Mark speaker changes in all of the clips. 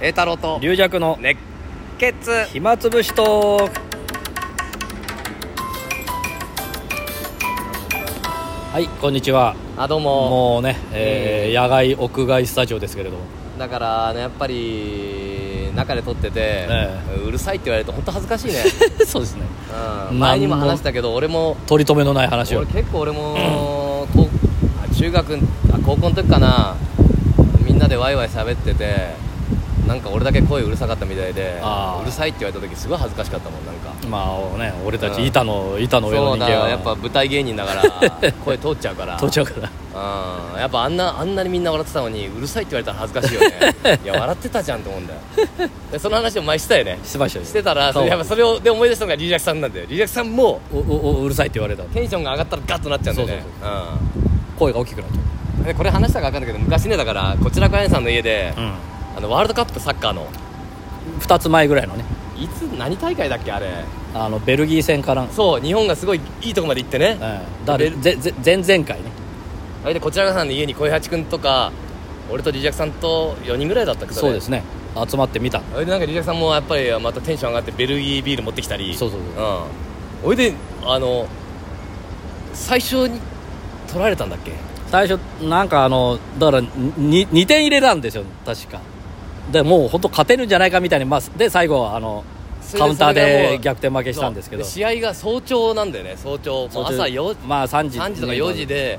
Speaker 1: 栄太郎と
Speaker 2: 龍弱の
Speaker 1: 熱血
Speaker 2: 暇つぶしとはいこんにちは
Speaker 1: あどうも
Speaker 2: もうね、えー野外屋外スタジオですけれども
Speaker 1: だからねやっぱり中で撮ってて、
Speaker 2: え
Speaker 1: うるさいって言われると本当恥ずかしい ね、
Speaker 2: そうですね
Speaker 1: うん、前にも
Speaker 2: なんも
Speaker 1: 話したけど俺も
Speaker 2: 取り留めのない話を
Speaker 1: 俺結構俺も、こうあ中学んあ高校の時かなみんなでワイワイ喋っててなんか俺だけ声うるさかったみたいで
Speaker 2: あー
Speaker 1: うるさいって言われた時すごい恥ずかしかったもんなんか
Speaker 2: まあね俺た
Speaker 1: うん
Speaker 2: ち板の板の上
Speaker 1: そ
Speaker 2: の
Speaker 1: う
Speaker 2: 人
Speaker 1: だ
Speaker 2: 間は
Speaker 1: やっぱ舞台芸人だから 声通っちゃうから
Speaker 2: 取っちゃう から
Speaker 1: うんやっぱあんなあんなにみんな笑ってたのにうるさいって言われたら恥ずかしいよ ねいや笑ってたじゃんと思うんだよでその話を前にしたよね
Speaker 2: してましたよ
Speaker 1: してたらそ
Speaker 2: そう
Speaker 1: れやっぱそれをで思い出したのがリージャクさんなんだよリージャクさんも
Speaker 2: おおおうるさいって言われたの
Speaker 1: テンションが上がったらガッとなっちゃうんだよね
Speaker 2: そう
Speaker 1: うん
Speaker 2: 声が大きくなっちゃ
Speaker 1: でこれ話したか分かんないけど昔ねだからこちらかやさんの家で、
Speaker 2: う、
Speaker 1: あのワールドカップサッカーの
Speaker 2: 2つ前ぐらいのね
Speaker 1: いつ何大会だっけあれ
Speaker 2: あのベルギー戦から、
Speaker 1: そう日本がすごいいいとこまで行ってね、
Speaker 2: ええだからぜぜ前々回ね
Speaker 1: あれでこちらかやさんの家に小八君とか俺とリージャクさんと4人ぐらいだったっけ
Speaker 2: そうですすね集まってみた
Speaker 1: それでなんかリージャクさんもやっぱりまたテンション上がってベルギービール持ってきたり
Speaker 2: そうそうそ
Speaker 1: うんおいであの最初に取られたんだっけ
Speaker 2: 最初なんかあのだからに2点入れたんですよ確かでもう本当勝てるんじゃないかみたいに、まあ、で最後はあの
Speaker 1: それ
Speaker 2: カウンター
Speaker 1: それがも
Speaker 2: で
Speaker 1: う
Speaker 2: 逆転負けしたんですけど
Speaker 1: そう試合が早朝なんだよね早朝もう朝4
Speaker 2: まあ3時
Speaker 1: 3時とか4時で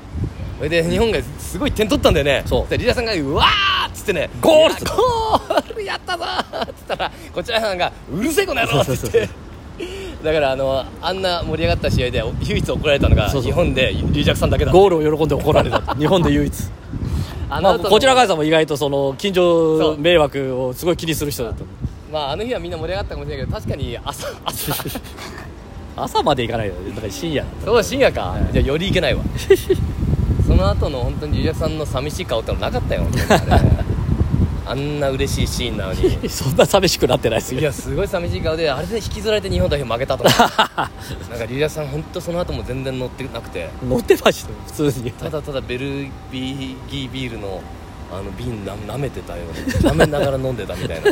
Speaker 1: それで日本がすごい点取ったんだよね
Speaker 2: そう
Speaker 1: でリーダーさんが「うわー!」っつってね「
Speaker 2: ゴール
Speaker 1: いやゴールやったぞ!」っつったらこちらさんが「うるせえこの野郎!」って言
Speaker 2: そう
Speaker 1: っ
Speaker 2: そうそ
Speaker 1: てだからあのあんな盛り上がった試合で唯一怒られたのが
Speaker 2: そうそう
Speaker 1: 日本でリージャクさんだけだ
Speaker 2: ゴールを喜んで怒ら れたと日本で唯一
Speaker 1: あ
Speaker 2: ま
Speaker 1: の
Speaker 2: あ、
Speaker 1: 後の
Speaker 2: こちら側さんも意外とその
Speaker 1: そ
Speaker 2: 近所
Speaker 1: う
Speaker 2: 迷惑をすごい気にする人だった
Speaker 1: まああの日はみんな盛り上がったかもしれないけど確かに朝朝
Speaker 2: 朝まで行かないよねだから深夜
Speaker 1: そう深夜かじゃあよりいけないわその後の本当にリージャクさんの寂しい顔ってのなかったよ本当にあれあんな嬉しいシーンなのに
Speaker 2: そんな寂しくなってな いです
Speaker 1: い
Speaker 2: よ
Speaker 1: やすごい寂しい顔であれで引きずられて日本代表負けたと思うなんかリリアさん本当その後も全然乗ってなくて
Speaker 2: 乗ってましたよ普通に
Speaker 1: ただただベルギービールのあの瓶な舐めてたよ舐めながら飲んでたみたいな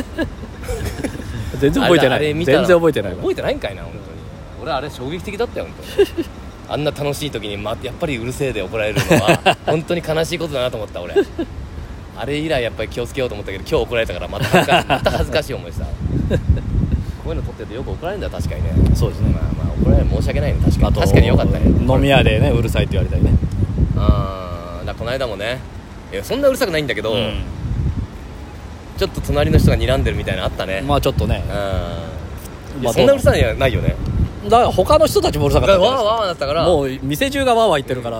Speaker 2: 全然覚えてな
Speaker 1: あれあれ
Speaker 2: い
Speaker 1: 見
Speaker 2: 全
Speaker 1: たら
Speaker 2: 然覚えてない
Speaker 1: 覚えてないんかいな本当に俺あれ衝撃的だったよ本当に あんな楽しい時に、ま、やっぱりうるせえで怒られるの は本当に悲しいことだなと思った俺あれ以来やっぱり気をつけようと思ったけど今日怒られたからまた恥ず かまた恥ずかしい思いしたこういうの撮ってるとよく怒られるんだよ確かにね
Speaker 2: そうですね
Speaker 1: まあまあ怒られる申し訳ないね確か
Speaker 2: あ
Speaker 1: に
Speaker 2: と
Speaker 1: 確かによかったね
Speaker 2: 飲み屋でねうるさいって言われたりね
Speaker 1: あーだからこの間もねいやそんなうるさくないんだけど、
Speaker 2: うん
Speaker 1: ちょっと隣の人が睨んでるみたいなのあったね、
Speaker 2: まあちょっとね
Speaker 1: うんい
Speaker 2: ま
Speaker 1: や
Speaker 2: あ
Speaker 1: そんなうるさいのはないよね
Speaker 2: だから他の人たちもうるさ
Speaker 1: だ
Speaker 2: か
Speaker 1: か
Speaker 2: った
Speaker 1: ら
Speaker 2: んじゃな
Speaker 1: わーわーわーなってたから
Speaker 2: いですかもう店中がわーわー言ってるから、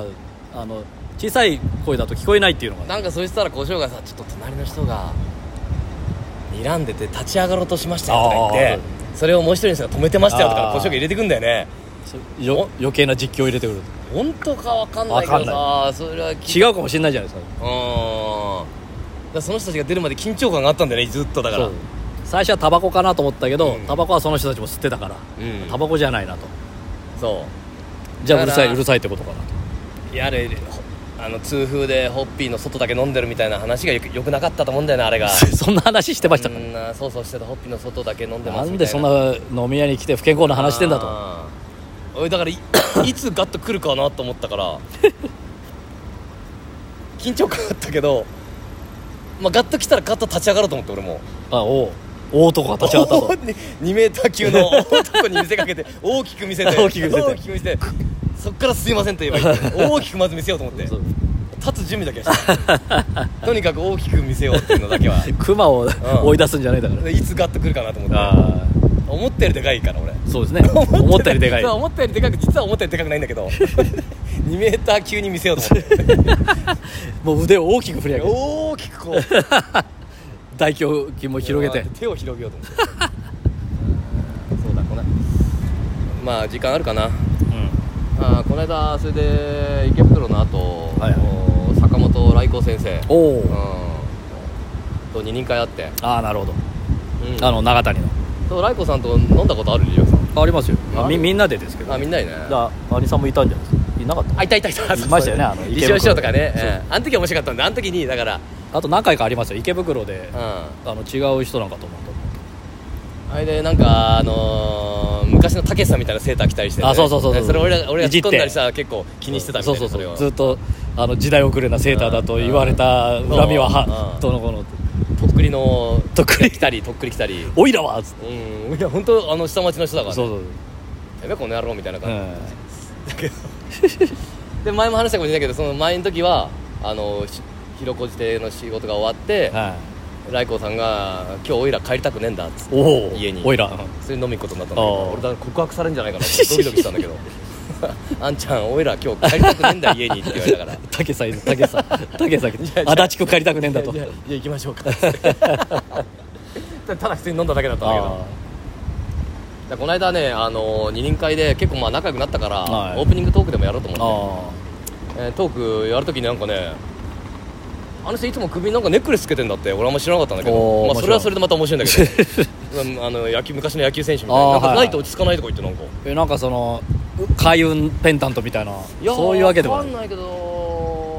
Speaker 2: あの小さい声だと聞こえないっていうのがね
Speaker 1: なんかそしたら胡椒がさちょっと隣の人が睨んでて立ち上がろうとしましたよとか言ってそれをもう一人の人が止めてましたよとか
Speaker 2: あー
Speaker 1: 胡椒が入れてくんだよね
Speaker 2: そうよ余計な実況を入れてくる
Speaker 1: 本当かわかんないけどさそれはき
Speaker 2: 違うかもしれないじゃないですか
Speaker 1: うーんだからその人たちが出るまで緊張感があったんだよねずっとだから
Speaker 2: そう最初はタバコかなと思ったけど、
Speaker 1: うん
Speaker 2: タバコはその人たちも吸ってたから
Speaker 1: うん
Speaker 2: タバコじゃないなと
Speaker 1: そ
Speaker 2: じゃあうるさ
Speaker 1: だか
Speaker 2: い
Speaker 1: ら
Speaker 2: うるさいってことかなと
Speaker 1: ういやあれほあの痛風でホッピーの外だけ飲んでるみたいな話がよくよくなかったと思うんだよねあ れが
Speaker 2: そんな話してました
Speaker 1: そ
Speaker 2: か、
Speaker 1: んなそうそうしてたホッピーの外だけ飲んでますみたいな
Speaker 2: なんでそんな飲み屋に来て不健康な話してんだと
Speaker 1: あー俺だ からいいつガッと来るかなと思ったから 緊張感あったけど、まあ、ガッと来たらガッと立ち上がろうと思って俺も
Speaker 2: あおう大男が立ち上がった と
Speaker 1: 2メーター級の男に見せか けて大きく見せて
Speaker 2: 大きく見せて
Speaker 1: 大見せてそっから「すいません」と言えばい い大きくまず見せようと思って
Speaker 2: そう
Speaker 1: 立つ準備だけはした とにかく大きく見せようっていうのだけは
Speaker 2: クマを追い出すんじゃないだから、
Speaker 1: でいつガッと来るかなと思って
Speaker 2: あ
Speaker 1: 思ったよりでかいから俺
Speaker 2: あそうですね思ったよりでかい
Speaker 1: そう思ったよりでかく実は思ったよりでかくないんだけ ど2メーター級に見せようと思って
Speaker 2: もう腕を大きく振り上げて
Speaker 1: 大きくこう
Speaker 2: 大胸筋も広げて
Speaker 1: 手を 広げようと思ってそうだこのまあ時間あるかなあーこの間それで池袋の後、
Speaker 2: はいはい
Speaker 1: お坂本来光先生
Speaker 2: おお
Speaker 1: うんと二人会あって、
Speaker 2: ああなるほど
Speaker 1: うん、
Speaker 2: あの長谷の
Speaker 1: と来光さんと飲んだことあるリリアさん
Speaker 2: ありますよ
Speaker 1: あ
Speaker 2: みみんなでですけど
Speaker 1: あみんないね
Speaker 2: だ兄さんもいたんじゃないですかいなかった
Speaker 1: あいたいたいた
Speaker 2: いましたよねあの
Speaker 1: 理事長師匠とかね
Speaker 2: 池袋
Speaker 1: うんあの時面白かったんであの時にだから
Speaker 2: あと何回かありますよ池袋で
Speaker 1: うんあ
Speaker 2: あの違う人なんかと思うと思
Speaker 1: れでなんかあのー昔のたけしさんみたいなセーター着たりして、
Speaker 2: あそうそうそうそう
Speaker 1: それ俺ら俺ら
Speaker 2: いじ
Speaker 1: 突って
Speaker 2: っ
Speaker 1: 込んだりさ結構気にしてたみたい
Speaker 2: そう
Speaker 1: な
Speaker 2: そうそう
Speaker 1: れを
Speaker 2: ずっとあの時代遅れなセーターだと言われた
Speaker 1: うん
Speaker 2: 恨みは
Speaker 1: う
Speaker 2: は
Speaker 1: ん
Speaker 2: どうのこうの
Speaker 1: とっくりの
Speaker 2: とっくり
Speaker 1: 来たり とっくり来たり
Speaker 2: おいらはつって
Speaker 1: うんいや本当あの下町の人だから、ね、
Speaker 2: そうそう
Speaker 1: てめえこの野郎みたいな
Speaker 2: う
Speaker 1: 感じ、
Speaker 2: ん
Speaker 1: で前も話したかもしれないけどその前の時はあのし広小路邸の仕事が終わって
Speaker 2: はい
Speaker 1: 来光さんが「今日おいら帰りたくねえんだ」っつって
Speaker 2: おお
Speaker 1: 家に
Speaker 2: おいらうん
Speaker 1: それで飲み行くことになったんだけ
Speaker 2: ああ
Speaker 1: ど俺だから告白されるんじゃないかなってドキドキしたんだけ どあんちゃんおいら今日帰りたくねえんだ家にって言われたから
Speaker 2: 竹さんいる 竹さん竹さん
Speaker 1: やいや
Speaker 2: 足立区借りたくねえんだと
Speaker 1: いやいやいや行きましょうか っつってただ普通に飲んだだけだったんだけど
Speaker 2: あ
Speaker 1: だからこの間ね、あの二人会で結構まあ仲良くなったから、
Speaker 2: はい
Speaker 1: オープニングトークでもやろうと
Speaker 2: ー
Speaker 1: 思っ
Speaker 2: あ
Speaker 1: て、えートークやるときになんかねあの人いつも首になんかネックレスつけてんだって俺あんま知らなかったんだけ
Speaker 2: お
Speaker 1: ど、
Speaker 2: ー
Speaker 1: まあ、それはそれでまた面白いんだけど うんあの野球昔の野球選手みたいな
Speaker 2: あ
Speaker 1: な
Speaker 2: ー
Speaker 1: んか
Speaker 2: はい
Speaker 1: ないと落ち着かないとか言ってなんか
Speaker 2: ーえなんかその開運ペンダントみたいなそういうわけでも
Speaker 1: わ
Speaker 2: な
Speaker 1: かん
Speaker 2: い
Speaker 1: ないけど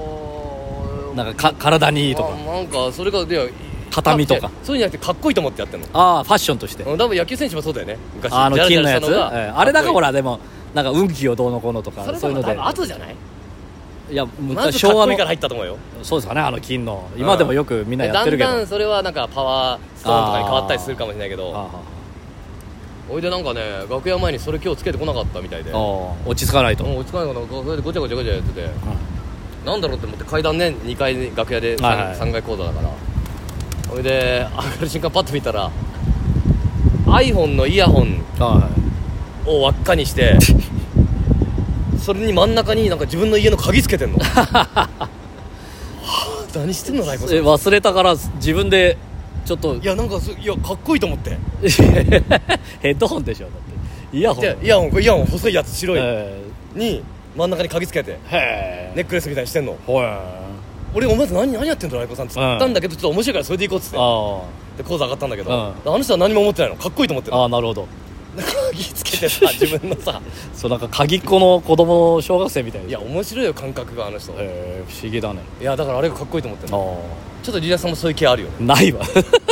Speaker 2: なんかか体にいいとか
Speaker 1: まあなんかそれがで
Speaker 2: 形見とか
Speaker 1: そういうんじゃなくてかっこいいと思ってやってんの
Speaker 2: ああファッションとして
Speaker 1: うん多分野球選手もそうだよね昔
Speaker 2: あの
Speaker 1: ジャラジャ
Speaker 2: 金の
Speaker 1: ラ
Speaker 2: や
Speaker 1: した
Speaker 2: つええあれだからほらでもなんか運気をどうのこうのと
Speaker 1: かっこ
Speaker 2: か
Speaker 1: いい
Speaker 2: そ
Speaker 1: そう
Speaker 2: いう
Speaker 1: れ
Speaker 2: の
Speaker 1: 多分
Speaker 2: で
Speaker 1: 多分後じゃない
Speaker 2: いや
Speaker 1: ま
Speaker 2: 昔
Speaker 1: ずかっ
Speaker 2: 昭和
Speaker 1: こいいから
Speaker 2: の
Speaker 1: 入ったと思うよ
Speaker 2: そうですかねあの金の今でもよくみんなやってるけ
Speaker 1: だ
Speaker 2: ど
Speaker 1: ん
Speaker 2: あ
Speaker 1: だんそれはなんかパワーストーンとかに変わったりするかもしれないけ
Speaker 2: あ
Speaker 1: どおいでなんかね楽屋前にそれ今日つけてこなかったみたいで
Speaker 2: あ
Speaker 1: も
Speaker 2: あ落ち着かないと
Speaker 1: う落ち着かないから楽屋でごちゃごちゃごちゃやってて
Speaker 2: う
Speaker 1: なんだろうって思って階段ね2階で楽屋で
Speaker 2: はいはい
Speaker 1: 3, 階講座だからおいで上がる瞬間パッと見たら iPhone のイヤホン
Speaker 2: んは
Speaker 1: を輪っかにしてそれに真ん中になんか自分の家の鍵つけてん のはあ何してんのライ
Speaker 2: い
Speaker 1: コさん
Speaker 2: え忘れたから自分でちょっと
Speaker 1: いやなんかそいやかっこいいと思って
Speaker 2: ヘッドホンでしょだってイヤホン
Speaker 1: でイヤホンこれイヤホン細いやつ白い、
Speaker 2: え
Speaker 1: に真ん中に鍵つけて
Speaker 2: えへえ
Speaker 1: ネックレスみたいにしてんの
Speaker 2: ほえ
Speaker 1: 俺思わず何何やってんだライコさんっつったんだけどちょっと面白いからそれで行こうっつって
Speaker 2: あ
Speaker 1: で講座上がったんだけど、
Speaker 2: うん
Speaker 1: あの人は何も思ってないのかっこいいと思って
Speaker 2: あ
Speaker 1: る
Speaker 2: ああなるほど
Speaker 1: 鍵つけて さ自分のさ
Speaker 2: そうなんか鍵っ子の子供の小学生みたいない
Speaker 1: や面白いよ感覚があの人、
Speaker 2: ええ不思議だね
Speaker 1: いやだからあれがかっこいいと思ってる
Speaker 2: あ
Speaker 1: のちょっとリラさんもそういう系あるよね
Speaker 2: あないわ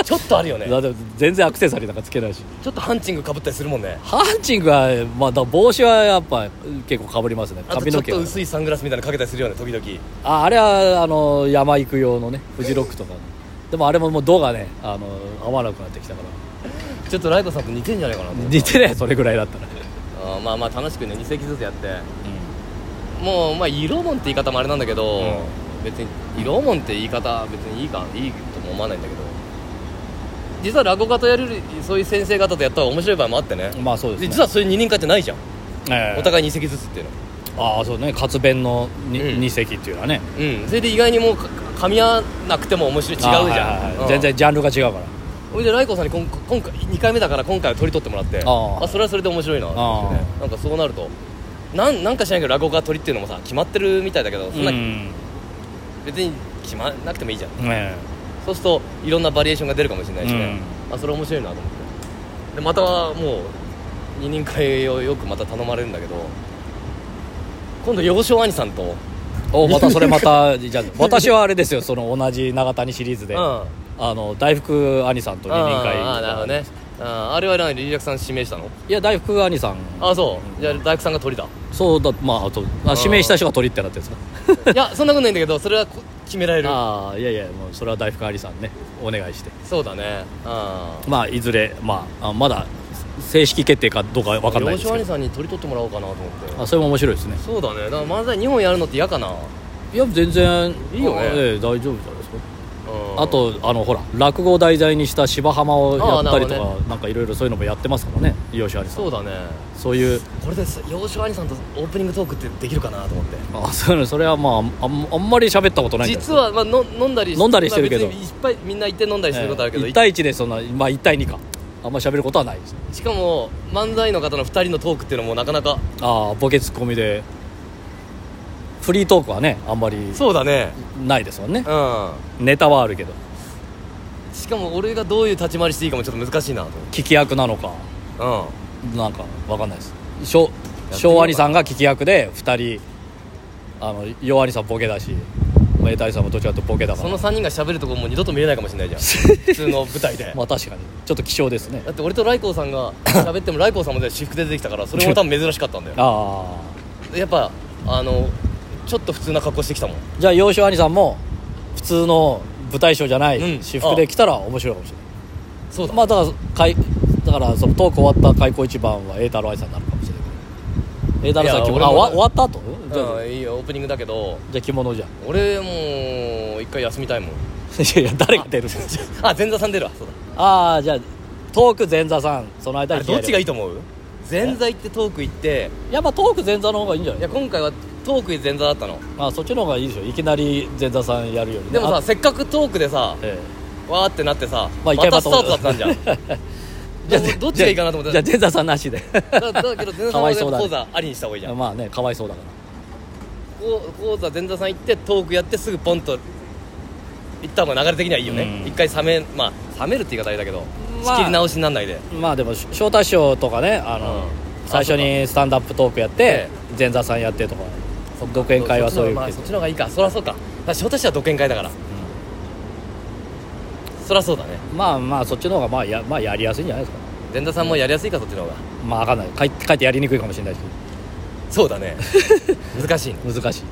Speaker 1: ちょっとあるよね
Speaker 2: だって全然アクセサリーなんかつけないし
Speaker 1: ちょっとハンチングかぶったりするもんね
Speaker 2: ハンチングは、まあ、だ帽子はやっぱ結構かぶりますね
Speaker 1: あと
Speaker 2: 髪
Speaker 1: ちょ
Speaker 2: の
Speaker 1: っ
Speaker 2: 毛
Speaker 1: と
Speaker 2: は
Speaker 1: 薄いサングラスみたいなのかけたりするよね時々
Speaker 2: ああれはあの山行く用のねフジロックとかでもあれももう度がねあの合わなくなってきたから
Speaker 1: ちょっとライコさんと似てんじゃないかなと思った
Speaker 2: 似てねそれぐらいだったら、
Speaker 1: あーまあまあ楽しくね2席ずつやってもうまあ色もんって言い方もあれなんだけど、
Speaker 2: う
Speaker 1: 別に色もんって言い方別にいいかいいとも思わないんだけど実は落語家とやるよりそういう先生方とやった方が面白い場合もあってね、
Speaker 2: まあそうですね
Speaker 1: 実はそういう二人会ってないじゃん、
Speaker 2: ええ
Speaker 1: お互い2席ずつっていうの
Speaker 2: ああそうね活弁の 2,、
Speaker 1: うん
Speaker 2: 二席っていうのはね
Speaker 1: うんそれで意外にもうか噛み合わなくても面白い違うじ
Speaker 2: ああはい
Speaker 1: ゃ
Speaker 2: はい
Speaker 1: ん、
Speaker 2: はい
Speaker 1: うん
Speaker 2: 全然ジャンルが違うから
Speaker 1: それでライコさんにこん今回2回目だから今回は取り取ってもらって
Speaker 2: あー
Speaker 1: あそれはそれで面白いなと思ってねなんかそうなるとなんなんかしないけど落語家取りっていうのもさ決まってるみたいだけどそんな、
Speaker 2: うん
Speaker 1: 別に決まらなくてもいいじゃん
Speaker 2: ね
Speaker 1: そうするといろんなバリエーションが出るかもしれないしね、あそれ面白いなと思ってでまたもう二人会をよくまた頼まれるんだけど今度幼少兄さんと、
Speaker 2: おまたそれまたじゃあ私はあれですよその同じ長谷シリーズで、
Speaker 1: あ
Speaker 2: あの大福兄さんと二人会
Speaker 1: ああなるほどねああれは何リリアクさん指名したの
Speaker 2: いや大福兄さん
Speaker 1: あそうじゃあ大工さんが鳥 だ
Speaker 2: そうだまああとあ
Speaker 1: あー
Speaker 2: 指名した人が取りってなってるんですか
Speaker 1: いやそんなことないんだけどそれはこ決められる
Speaker 2: ああいやいやもうそれは大福兄さんねお願いして
Speaker 1: そうだねああ
Speaker 2: まあいずれまああまだ正式決定かどうかわかんない
Speaker 1: 幼
Speaker 2: です
Speaker 1: 少
Speaker 2: け
Speaker 1: 兄
Speaker 2: ど
Speaker 1: さんに鳥取ってもらおうかなと思って
Speaker 2: あそれも面白いですね
Speaker 1: そうだねだから漫才2本やるのって嫌かな、うん
Speaker 2: いや全然
Speaker 1: いいよね
Speaker 2: あええ大丈夫じゃないですかあとあのほら落語を題材にした芝浜をやっ
Speaker 1: あーな
Speaker 2: たりと
Speaker 1: る
Speaker 2: か
Speaker 1: ほ
Speaker 2: な,、んかいろいろそういうのもやってますからね吉有さん
Speaker 1: そうだね
Speaker 2: そういう
Speaker 1: これです幼少兄さんとオープニングトークってできるかなと思って
Speaker 2: あそういうのそれはまああんあんまり喋ったことないんじゃないです
Speaker 1: 実
Speaker 2: か
Speaker 1: は、まあ、の飲んだり
Speaker 2: 飲んだりしてるけど
Speaker 1: まあ別にいっぱいみんな行って飲んだりすることあるけど、
Speaker 2: ええ一対一でそんなまあ一対二かあんま喋ることはないです
Speaker 1: しかも漫才の方の2人のトークっていうのもなかなか
Speaker 2: ああボケツッコミでフリートークはねあんまり
Speaker 1: そうだね
Speaker 2: ないですもんね
Speaker 1: うん
Speaker 2: ネタはあるけど
Speaker 1: しかも俺がどういう立ち回りしていいかもちょっと難しいなと
Speaker 2: 聞き役なのか
Speaker 1: 思って
Speaker 2: なんかわかんないです昭昭和兄さんが聞き役で2人あの弱兄さんボケだし
Speaker 1: うん
Speaker 2: まあ、永谷さんもどちらかというとボケだか
Speaker 1: そ
Speaker 2: ら
Speaker 1: の3人が喋るとこもう二度と見れないかもしれないじゃん 普通の舞台で
Speaker 2: まあ確かにちょっと希少ですね
Speaker 1: だって俺とライコーさんが喋ってもライコーさんもね私服で出てきたからそれも多分珍しかったんだよ
Speaker 2: あ
Speaker 1: やっぱあのちょっと普通な格好してきたもん
Speaker 2: あじゃあ幼少兄さんも普通の舞台ショーじゃない
Speaker 1: うん
Speaker 2: 私服で来たら面白いかもしれない、
Speaker 1: そうだ、
Speaker 2: まあだからかいだからそのトーク終わった開口一番は栄太郎愛さんになるかもしれないけど栄太郎さん
Speaker 1: いや
Speaker 2: 着
Speaker 1: 俺も
Speaker 2: 物あ終わ終わった後、じゃあ
Speaker 1: うん、いいよオープニングだけど
Speaker 2: じゃあ着物じゃん
Speaker 1: 俺もう一回休みたいもん
Speaker 2: いやいや誰が出る
Speaker 1: あ前座さん出るわそうだ
Speaker 2: ああじゃあトーク前座さんその間
Speaker 1: あ
Speaker 2: に
Speaker 1: れどっちがい
Speaker 2: い
Speaker 1: いと思う前座行ってトーク行って
Speaker 2: やっぱトーク前座の方がいいんじゃない
Speaker 1: いや今回はトーク前座だったの
Speaker 2: まあそっちの方がいいでしょいきなり前座さんやるよりね
Speaker 1: でも
Speaker 2: あ
Speaker 1: させっかくトークでさ
Speaker 2: え
Speaker 1: わーってなってさ、
Speaker 2: まあいけば
Speaker 1: た
Speaker 2: と
Speaker 1: ス
Speaker 2: 思
Speaker 1: タ
Speaker 2: う
Speaker 1: ートだったんじゃ ん
Speaker 2: え
Speaker 1: で もどっちがいいかなと思っ
Speaker 2: じゃ
Speaker 1: て
Speaker 2: あ前座さんなしで
Speaker 1: だだけど前座さんは
Speaker 2: かわいそうだね
Speaker 1: 講座ありにした方がいいじゃん
Speaker 2: まあねかわいそうだか
Speaker 1: こう講座前座さん行ってトークやってすぐポンと行った方が流れ的にはいいよね
Speaker 2: うん
Speaker 1: 一回冷めまあ冷めるって言い方あれだけど、
Speaker 2: まあ
Speaker 1: 仕切り直しになんないで
Speaker 2: らまあでも翔太師匠とかねあの、
Speaker 1: うん
Speaker 2: 最初にスタンダップトークやって
Speaker 1: え
Speaker 2: 前座さんやってとか独演会はそういう
Speaker 1: まあ
Speaker 2: けど
Speaker 1: そっちの方がいいかそりゃそうかだから翔太氏は独演会だから、そりゃそうだね
Speaker 2: まあまあそっちの方がまあや,、まあ、やりやすいんじゃないですか
Speaker 1: 前座さんもやりやすいかそっちの方が
Speaker 2: まあわかんない書い書いてやりにくいかもしれないし
Speaker 1: そうだ ね難しいね
Speaker 2: 難しい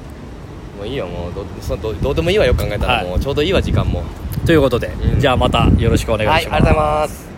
Speaker 1: もういいよもうどそどどうでもいいわよく考えたら、
Speaker 2: はい
Speaker 1: もうちょうどいいわ時間も
Speaker 2: ということで、
Speaker 1: うん
Speaker 2: じゃあまたよろしくお願い
Speaker 1: はいあ
Speaker 2: します、
Speaker 1: りがとうございます